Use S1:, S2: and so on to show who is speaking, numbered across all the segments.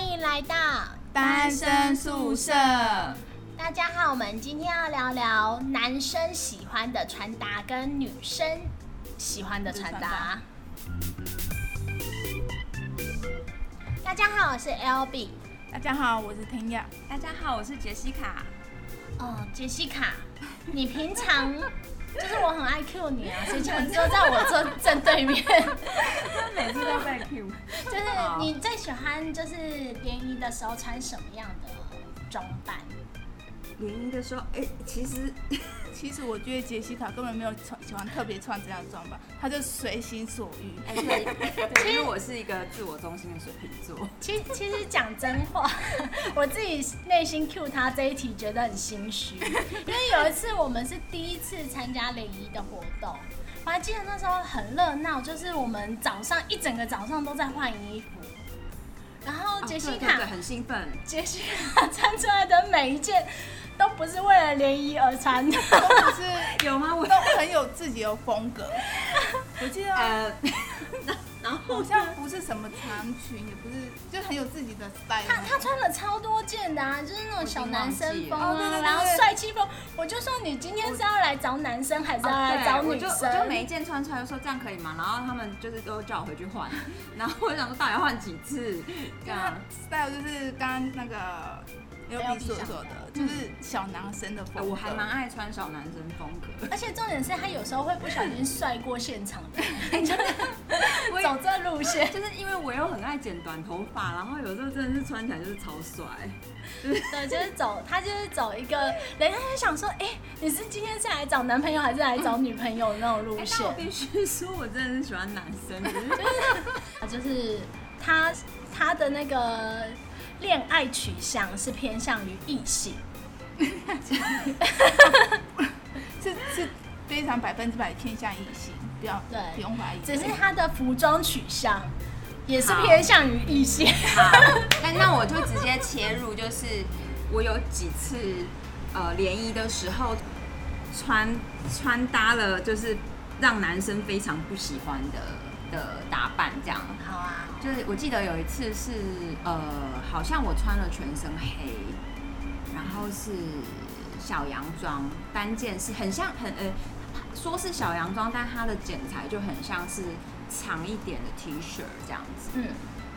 S1: 迎来到
S2: 单身宿舍。
S1: 大家好，我们今天要聊聊男生喜欢的穿搭跟女生喜欢的穿搭。大家好，我是 L B。
S2: 大家好，我是婷雅。
S3: 大家好，我是杰西卡。
S1: 哦，杰西卡，你平 常就是我很爱 Q 你啊，谁叫你坐在我 正正对面？
S3: 每次都被 Q。
S1: 就是你最喜欢就是联谊的时候穿什么样的装扮？
S3: 联谊的时候，哎、其实
S2: 其实我觉得杰西卡根本没有穿喜欢特别穿这样的装扮，她就随心所欲。
S3: 哎、哦对，对，因为我是一个自我中心的水瓶座，
S1: 其其实讲真话， 我自己内心 Q 他这一题觉得很心虚，因为有一次我们是第一次参加联谊的活动，我还记得那时候很热闹，就是我们早上一整个早上都在换衣服，然后杰西
S3: 对对
S1: 卡
S3: 哦对很兴奋，
S1: 杰西卡穿出来的每一件都不是为了联谊而穿的，
S2: 都不是
S3: 有吗？我
S2: 都很有自己的风格。我记得
S3: 呃， 然
S2: 好
S3: 后
S2: 像不是什么长裙，也不是，就很有自己的 style
S1: 他
S2: 那种。
S1: 他穿了超多件的啊，就是那种小男生风
S2: 我已经忘记了
S1: 啊，
S2: 哦对对对
S1: 然后帅气风。我就说你今天是要来找男生还是要来找
S3: 哦我
S1: 女
S3: 就
S1: 生？
S3: 我就每一件穿出来就说这样可以吗？然后他们就是都叫我回去 换，然后我就想说到底要换几次？这
S2: 因为他
S3: 样
S2: style 就是刚刚那个 L B 所说的，就是小男生的
S3: 哎
S2: 风格。
S3: 我还蛮爱穿小男生风 格，
S1: 而且重点是他有时候会不小心帅过现 场的，就是走这路线。
S3: 就是因为我又很爱剪短头发，然后有时候真的是穿起来就是超帅。
S1: 对，就是 走，他就是走一个，人家就想说，哎、你是今天是来找男朋友还是来找女朋友的那种路
S3: 哎、
S1: 线
S3: 但我？必须说，我真的是喜欢男生，只是
S1: 啊就是他他的那个恋爱取向是偏向于异性。
S2: 是是非常百分之百偏向异性，不要
S1: 对
S2: 不用怀疑。
S1: 只是他的服装取向也是偏向于异性。
S3: 好，那那我就直接切入，就是我有几次呃联谊的时候穿穿搭了，就是让男生非常不喜欢的的打扮，这样。
S1: 好啊，
S3: 就是我记得有一次是呃，好像我穿了全身黑，然后是小洋装，单件是很像很呃，说是小洋装，但它的剪裁就很像是长一点的 T 恤这样子。
S1: 嗯，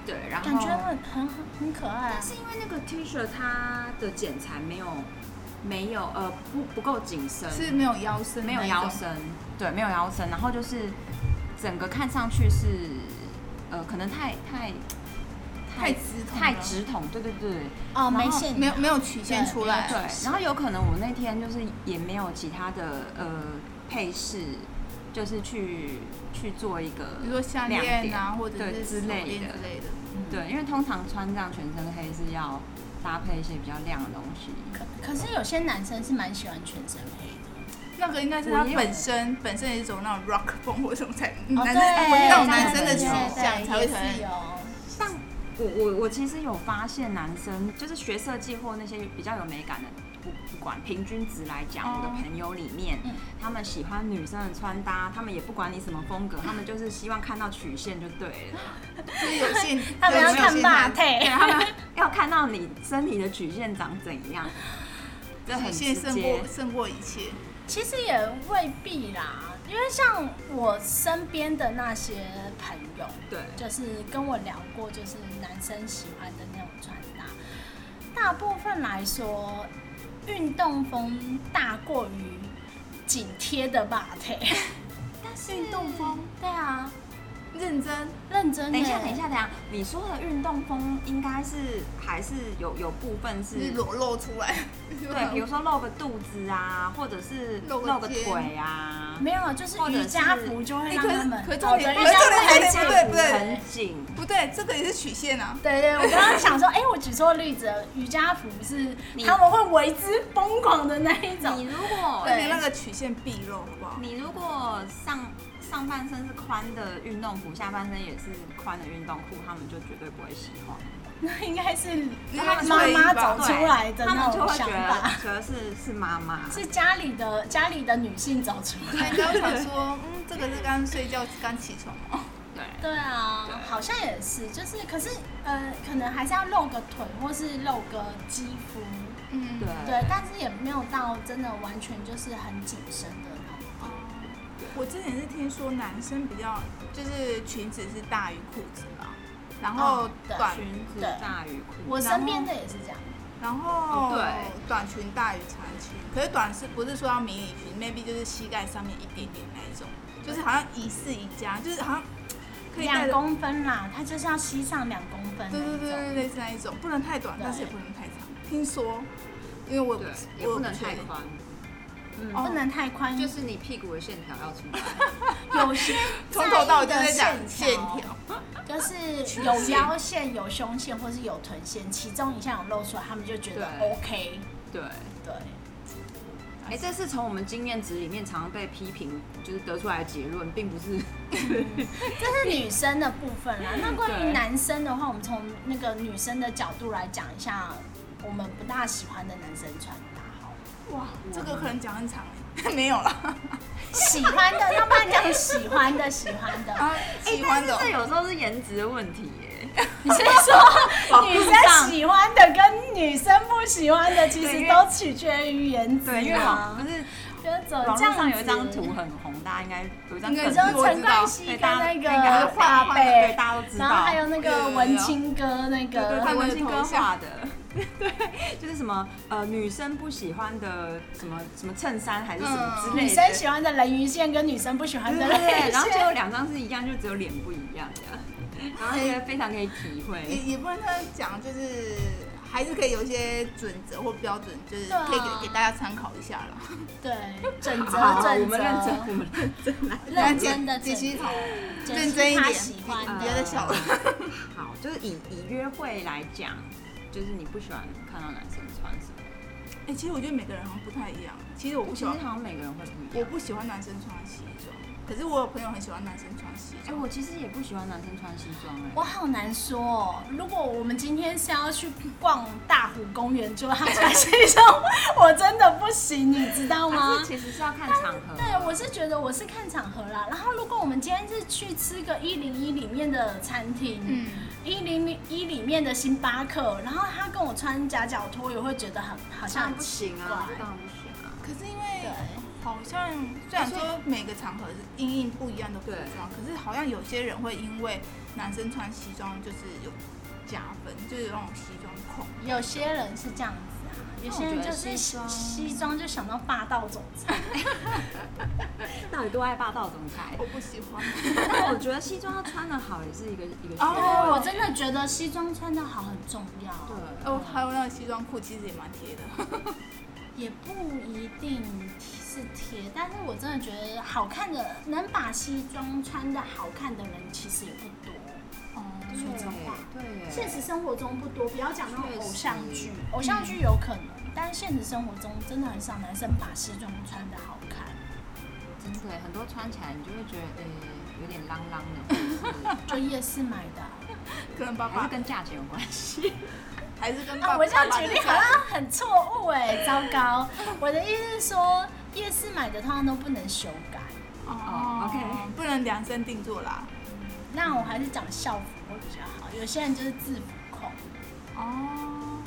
S3: 对，然后
S1: 感觉很很很可爱啊
S3: 但。是因为那个 T 恤它的剪裁没有没有呃不不够紧身，
S2: 是没有腰身，
S3: 没有腰，身，对，没有腰身，然后就是整个看上去是呃可能太太
S2: 太直筒了
S3: 太直筒，对对对
S1: 哦，
S3: 然后
S1: 没线，
S2: 没有没有曲线出来。
S3: 对，然后有可能我那天就是也没有其他的呃配饰，就是去去做一个
S2: 比如说项
S3: 亮
S2: 链
S3: 点
S2: 啊，或者
S3: 对
S2: 是
S3: 之
S2: 手
S3: 类
S2: 链
S3: 的
S2: 之，类的。
S3: 对，因为通常穿这样全身黑是要搭配一些比较亮的东西。
S1: 可可是有些男生是蛮喜欢全身黑的，
S2: 那个应该是他
S3: 我也有
S2: 本身本身也是走那种 rock 风或什么才，
S1: 哦
S2: 嗯男
S1: 对，
S2: 生那种男生的
S1: 对
S2: 取
S1: 对对
S2: 向才会
S1: 也
S2: 可能
S1: 是有。
S3: 但我我我其实有发现，男生就是学设计或那些比较有美感的，不不管平均值来讲，
S2: 哦
S3: 我的朋友里面
S1: 嗯，
S3: 他们喜欢女生的穿搭，他们也不管你什么风格，他们就是希望看到曲线就对了，
S2: 就是有些
S1: 他们要
S2: 有些
S1: 看霸
S2: 男
S3: 对
S1: 配，
S3: 他 们要看到你身体的曲线长怎样，这很
S2: 曲线
S3: 直
S2: 胜
S3: 接
S2: 过。胜过一切。
S1: 其实也未必啦，因为像我身边的那些朋友，
S3: 对，
S1: 就是跟我聊过，就是男生喜欢的那种穿搭，大部分来说，运动风大过于紧贴的吧 腿。但是
S2: 运动风，
S1: 对啊，
S2: 认真
S1: 认真的。
S3: 等一下，等一，下，等一下，你说的运动风应该是还是有有部分是
S2: 就是裸露出来，
S3: 对，比如说露个肚子啊，或者是
S2: 露个
S3: 露个
S2: 肩
S3: 腿啊，
S1: 没有，就是
S3: 或者
S1: 瑜
S3: 是
S1: 伽服就会
S2: 哎
S1: 让
S2: 可是
S1: 他们
S2: 可是
S1: 哦
S2: 重点
S1: 对
S2: 不
S1: 瑜
S2: 是
S1: 伽服
S2: 重点
S1: 很紧
S2: 不是对不对
S3: 很紧，
S2: 不对，这个也是曲线啊。
S1: 对对，我刚刚想说，哎、我举错例子了，瑜伽服是
S3: 你
S1: 他们会为之疯狂的那一种
S3: 你。如果
S2: 而
S1: 对
S2: 且那个曲线毕露，好不好？
S3: 你如果上上半身是宽的运动服，下半身也是宽的运动裤，他们就绝对不会喜欢。
S1: 那应该是
S2: 那他们
S1: 妈
S2: 退役
S1: 妈
S2: 吧
S1: 走出
S3: 对
S1: 来的
S3: 他
S1: 那
S3: 们就
S1: 种
S3: 会
S1: 想
S3: 觉
S1: 法
S3: 得。觉得是是妈妈，
S1: 是家里的家里的女性走出来。
S2: 对，你要想说，嗯，这个是刚睡觉刚起床吗？
S3: 对。
S1: 对啊
S3: 对，
S1: 好像也是，就是可是呃，可能还是要露个腿或是露个肌肤，
S2: 嗯，
S3: 对
S1: 对，但是也没有到真的完全就是很紧身的那种。
S2: 哦我之前是听说男生比较就是裙子是大于裤子嘛，然后
S1: 哦对
S2: 短、
S3: 裙子
S1: 对
S3: 大于裤，
S1: 我
S2: 然后
S1: 身边的也是这样，
S2: 然
S3: 哦
S2: 后
S3: 对
S2: 短裙大于长裙，可是短是不是说要迷你裙？maybe 就是膝盖上面一点点那一种，就是好像一式一家，就是好像可以带
S1: 两
S2: 着，
S1: 公分啦，它就是要膝上两公分那
S2: 对对
S1: 一
S2: 对对，
S1: 种。
S2: 类似那一种，不能太短，
S1: 对
S2: 但是也不能太长。听说，因为我
S3: 对，也
S2: 我
S3: 不能
S2: 确
S3: 太
S2: 定
S3: 宽，
S1: 不能太宽，
S3: 哦就是你屁股的线条要出来。
S1: 有 些
S2: 从头到尾就
S1: 在意
S2: 在
S1: 的
S2: 讲线条，
S1: 就是有腰线、有胸线或是有臀线，其中一项有露出来，他们就觉得
S3: 对
S1: OK。
S3: 对，
S1: 对，
S3: 哎、这是从我们经验值里面常常被批评，就是得出来的结论，并不是
S1: 这是女生的部分啦。那关于
S3: 对
S1: 男生的话，我们从那个女生的角度来讲一下，我们不大喜欢的男生穿搭好了。
S2: 哇，这个可能讲很长， 没有了
S1: 喜欢的，要不然讲喜欢的，喜欢
S3: 哦
S1: 的。
S2: 啊，喜欢的
S3: 哎但是这有时候是颜值的问题耶。
S1: 你是说女生喜欢的跟女生不喜欢的，其实都取决于颜值
S3: 对，因为网
S1: 啊
S3: 不。是
S1: 就是走
S3: 网
S1: 这
S3: 络
S1: 样子
S3: 上有一张图很红，大家应该有一张
S2: 应该
S3: 梗
S1: 你
S2: 是
S3: 图，
S1: 说
S2: 我
S1: 陈
S2: 知道
S1: 冠希
S3: 对
S1: 跟
S3: 大家
S1: 那
S3: 应该
S1: 个
S3: 是
S1: 大
S3: 画对
S1: 贝，
S3: 大家都知道。
S1: 然后还有那
S2: 有
S1: 个
S2: 有有
S1: 文青哥那
S2: 对
S1: 个
S2: 对，
S3: 他
S2: 他
S3: 们
S2: 们
S3: 是
S2: 的
S3: 歌
S2: 头
S3: 画
S2: 像
S3: 的， 对，就是什么呃女生不喜欢的什么什么衬衫还是什么
S2: 嗯
S3: 之类
S1: 女
S3: 的，
S1: 生喜欢的人鱼线跟女生不喜欢
S3: 对
S1: 的
S3: 对
S1: 人
S3: 对，
S1: 鱼
S3: 然后结
S1: 线。
S3: 果两张是一样，就只有脸不一样这样，然后觉得非常可以体
S2: 也
S3: 会。
S2: 也不能这样讲，就是还是可以有一些准则或标准，就是
S1: 对啊
S2: 可以给给大家参考一下啦。
S1: 对，准则
S3: 好，我
S1: 准
S3: 们认真，我
S1: 则，
S3: 们认真来。
S1: 认真的
S2: 解
S1: 准
S2: 析
S1: 则
S2: 头，
S1: 就是
S2: 认真一
S1: 他
S2: 点，
S1: 喜欢
S2: 你
S1: 的
S2: 别再笑了。
S3: 呃 好，就是以以约会来讲，就是你不喜欢看到男生穿什么，
S2: 哎、其实我觉得每个人好像不太一样。其实我不喜
S3: 其实好
S2: 欢，
S3: 像每个人会不一
S2: 我
S3: 样。
S2: 不喜欢男生穿西装，可是我有朋友很喜欢男生穿西
S3: 哎、
S2: 装。
S3: 我其实也不喜欢男生穿西装哎、
S1: 我好难说哦。如果我们今天是要去逛大湖公园，就他穿西装，我真的不行，你知道
S3: 还
S1: 吗
S3: 是？其实是要看场合。
S1: 对，我是觉得我是看场合啦。然后，如果我们今天是去吃个一零一里面的餐厅，
S2: 嗯，
S1: 一零一里面的星巴克，然后他跟我穿夹脚拖，也会觉得很好
S3: 当
S1: 像
S3: 然
S1: 很
S3: 不行啊，这当然不行啊。
S2: 可是因
S1: 对
S2: 为好像虽然说每个场合是因应不一样的服装，可是好像有些人会因为男生穿西装就是有加分，就是有那种西装控。
S1: 有些人是这样子啊，有些人就是西西装就想到霸道总裁，
S3: 到底多爱霸道总 裁？
S2: 我不喜欢。
S3: 但我觉得西装要穿的好也是一个一个学
S1: 对，
S2: 哦
S3: 问。
S1: 我真的觉得西装穿的好很重要。
S3: 对，
S2: 哦，还有那个西装裤其实也蛮贴的。
S1: 也不一定是贴，但是我真的觉得好看的能把西装穿的好看的人其实也不多。
S2: 哦，
S1: 说真话，
S3: 对耶，
S1: 现实生活中不多，不要讲那种
S3: 确实嗯
S1: 偶像剧，偶像剧有可能，但是现实生活中真的很少男生把西装穿的好看。
S3: 嗯真的耶很多穿起来你就会觉得呃有点浪浪的，或者
S1: 就夜市买 的啊，
S2: 可能爸
S3: 是还是
S2: 爸
S3: 跟价钱有关系。
S2: 还是跟爸爸。
S1: 啊，我这样
S2: 爸爸
S1: 举
S2: 的
S1: 例好像很错误哎，糟糕！我的意思是说，夜市买的通常都不能修改。
S2: 哦
S3: ，OK
S2: 不能量身定做啦。
S1: 那我还是讲校服会比较好，有些人就是制服控。
S2: 哦，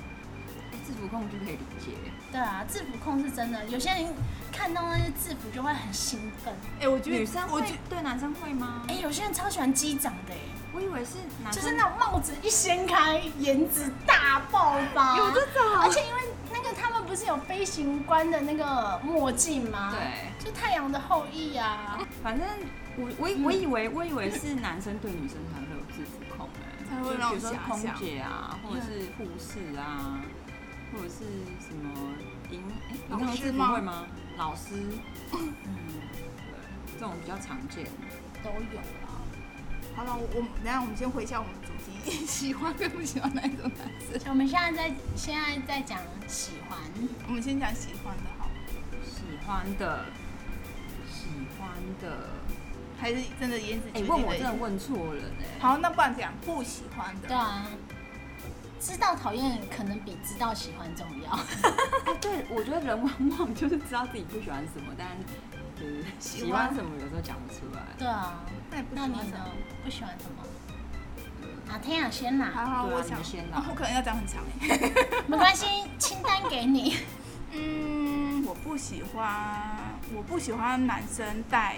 S3: 哎制服控就可以理解。
S1: 对啊，制服控是真的，有些人看到那些制服就会很兴奋。
S3: 嗯
S2: 哎，我觉得
S3: 女生
S2: 我
S3: 会
S2: 觉
S3: 对男生会吗
S1: 哎、？有些人超喜欢机长的、欸，
S3: 我以为是男
S1: 就
S3: 生，
S1: 是那种帽子一掀开，颜值大爆发。
S3: 有这种
S1: 而且因为那个他们不是有飞行官的那个墨镜吗？，
S3: 对，
S1: 就太阳的后裔啊。
S3: 哦反正我我以我以为我以为是男生对女生才会有制服控哎，
S2: 才会
S3: 就
S2: 让
S3: 比
S2: 我
S3: 如说
S2: 遐
S3: 空
S2: 想
S3: 姐啊，或者是护士啊，或者是什么银哎
S2: 老
S3: 银行
S2: 师
S3: 制服
S2: 吗
S3: 会吗？老师，嗯，对，这种比较常见。
S1: 都有啊。
S2: 好了，我我们等一下我们先回一下我们主题， 喜欢跟不喜欢哪一种男生？
S1: 我们现在在现在在讲喜欢，
S2: 我们先讲喜欢的好，
S3: 喜欢的，喜欢的。
S2: 还是真的颜值决
S3: 哎、
S2: 定
S3: 问我
S2: 的
S3: 真的问错人哎、
S2: 好，那不然讲不喜欢
S1: 对
S2: 的。
S1: 啊。知道讨厌可能比知道喜欢重要，
S3: 哎、对，我觉得人往往 就是知道自己不喜欢什么，但就是喜
S2: 欢
S3: 欢什么有时候讲不出来。
S1: 对啊。
S2: 那你不
S1: 那你
S2: 喜欢什
S1: 呢
S2: 么？？
S1: 不喜欢什么？好，天雅先
S2: 好
S1: 啦，
S2: 好，
S3: 对啊
S2: 我
S3: 你
S2: 想
S3: 们先啦
S2: 哦我可能要讲很长 哎。
S1: 没关系，清单给你。
S2: 嗯，我不喜欢，我不喜欢男生戴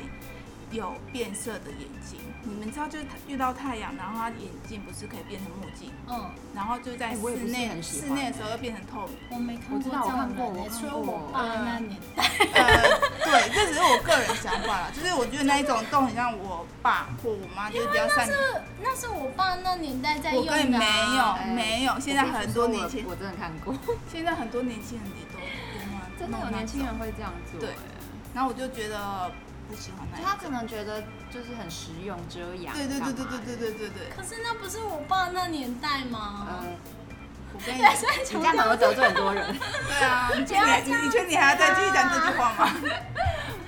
S2: 有变色的眼镜。你们知道，就是遇到太阳，然后他眼镜不是可以变成墨镜，
S1: 嗯，
S2: 然后就在
S3: 哎我也
S2: 室
S3: 不是
S2: 内、
S3: 很喜
S2: 室
S3: 欢欸
S2: 内的时候又变成透明。
S1: 我没看过
S3: 我
S1: 这
S3: 知道我看
S1: 种
S3: 过啊
S1: 人欸，
S3: 我看
S1: 除了我
S3: 过
S1: 爸那年代。
S2: 呃，对，这只是我个人想法啦，就是我觉得那一种都很像我爸或我妈，就是比较善良。
S1: 是那是我爸那年代在
S2: 我
S1: 用的、啊。
S2: 跟你没有
S3: 哎
S2: 没有，现在
S3: 我必须
S2: 很多
S3: 说
S2: 年
S3: 我
S2: 轻，
S3: 我真的看过，
S2: 现在很多年轻人也都也蛮
S3: 真的有年轻。人会这样做。
S2: 对然后我就觉得不喜欢那
S3: 就
S2: 一
S3: 他
S2: 种。
S3: 可能觉得就是很实用遮阳，
S2: 对对对对
S3: 干嘛
S2: 对对对对对。
S1: 可是那不是我爸那年代吗？
S3: 呃，
S2: 我嗯跟你
S1: 对，所以
S3: 你
S1: 从
S3: 这样
S1: 头
S3: 能够得罪很多人。
S2: 对啊，你
S1: 不要这
S2: 你
S1: 样
S2: 你确定你还要再继续讲这句话吗？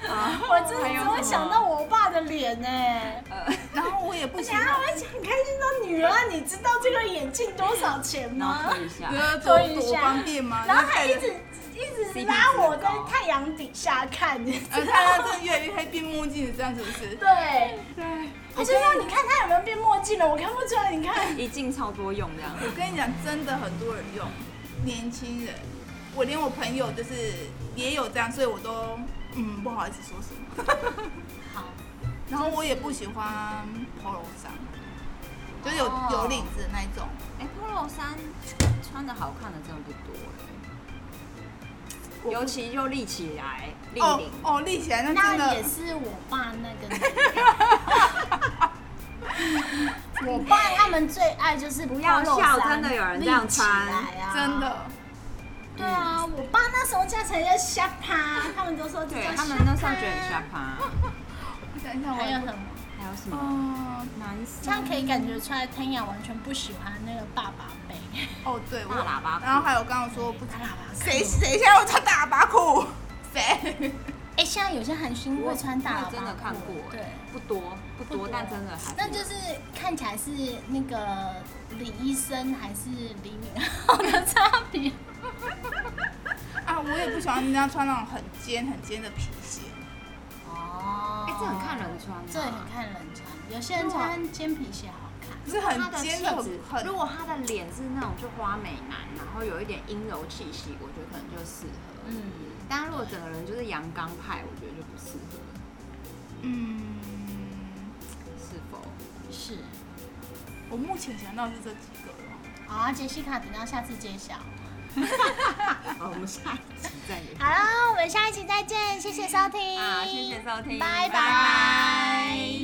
S3: 啊
S1: 我真的只会想到我爸的脸哎、
S3: 呃，
S2: 然后我也不啊
S1: 而且
S2: 喜
S1: 他
S2: 欢，
S1: 会想开心到女儿啊，你知道这个眼镜多少钱
S3: 然后
S1: 吗？
S3: 推一下
S2: 你，要
S1: 所
S2: 多
S1: 以
S2: 多
S1: 像
S2: 方便吗？
S1: 然后
S2: 就是
S1: 还
S2: 戴着
S1: 一直一直
S3: CP
S1: 拉我
S3: 值
S1: 在
S3: 高
S1: 太阳底下看，
S2: 呃，看他真的越来越黑，变墨镜了，这样是不是？哎
S1: 对，
S3: 对，
S1: 他就说你看他有没有变墨镜了，我看不出来，你看。
S3: 一镜超多用这样。
S2: 我跟你讲，真的很多人用，年轻人，我连我朋友就是也有这样，所以我都嗯不好意思说什 么。
S1: 好，
S2: 然后我也不喜欢 polo 衫，就是有
S3: 哦
S2: 有领子的那一种。
S3: 哎，polo 衫穿的好看的真的不多哎，尤其就立起来立
S2: 哦
S3: 领，
S2: 哦，立起来那真
S1: 那也
S2: 的，
S1: 是我爸那 个年代。我爸他们最爱就是
S3: 不要
S1: polo
S3: 笑
S1: 衫
S3: 真的有人这样
S1: 立起
S3: 穿
S1: 来啊
S2: 真。的
S1: 对啊，我爸那时候家才叫瞎趴，他们都说这
S3: 对
S1: 叫
S3: 他们那时候
S1: 瞎
S3: 觉得很
S1: 趴
S3: 下 趴。
S2: 我想一下，我
S1: 还有
S2: 也
S1: 什么？
S3: 还有什么
S2: 嗯。
S3: 男生？
S1: 这样可以感觉出来，天雅完全不喜欢那个爸爸背，
S2: 哦，对，我
S3: 大喇叭裤
S2: 然后还有刚刚说不
S1: 大喇叭。
S2: 谁？谁现在我穿大喇叭裤？谁？
S1: 哎，现在有些韩星会穿大喇叭，
S3: 我真的看过哎，
S1: 对，
S3: 不多不
S1: 不多
S3: 多，但真的还
S1: 那就是看起来是那个李医生还是李 敏镐的差别。
S2: 啊，我也不喜欢人家穿那种很尖很尖的皮鞋。
S1: 哦
S3: 哎，这很看人穿啊，
S1: 这很看人穿，有些人穿尖皮鞋好看。
S2: 就是很尖的
S3: 如果他
S2: 很
S3: 的气质
S2: 很
S3: 如果他的脸是那种就花美男，然后有一点阴柔气息，我觉得可能就适合。
S1: 嗯，
S3: 但如果整个人就是阳刚派，我觉得就不适合。
S2: 嗯，
S3: 是 否？
S1: 是。
S2: 我目前想到是这几个了。
S1: 好啊，杰西卡，等到下次揭晓。
S3: 好，我们下一期再聊。
S1: 好了，我们下一期再见，谢谢收听。
S3: 好，谢谢收听，
S1: 拜拜
S3: 拜拜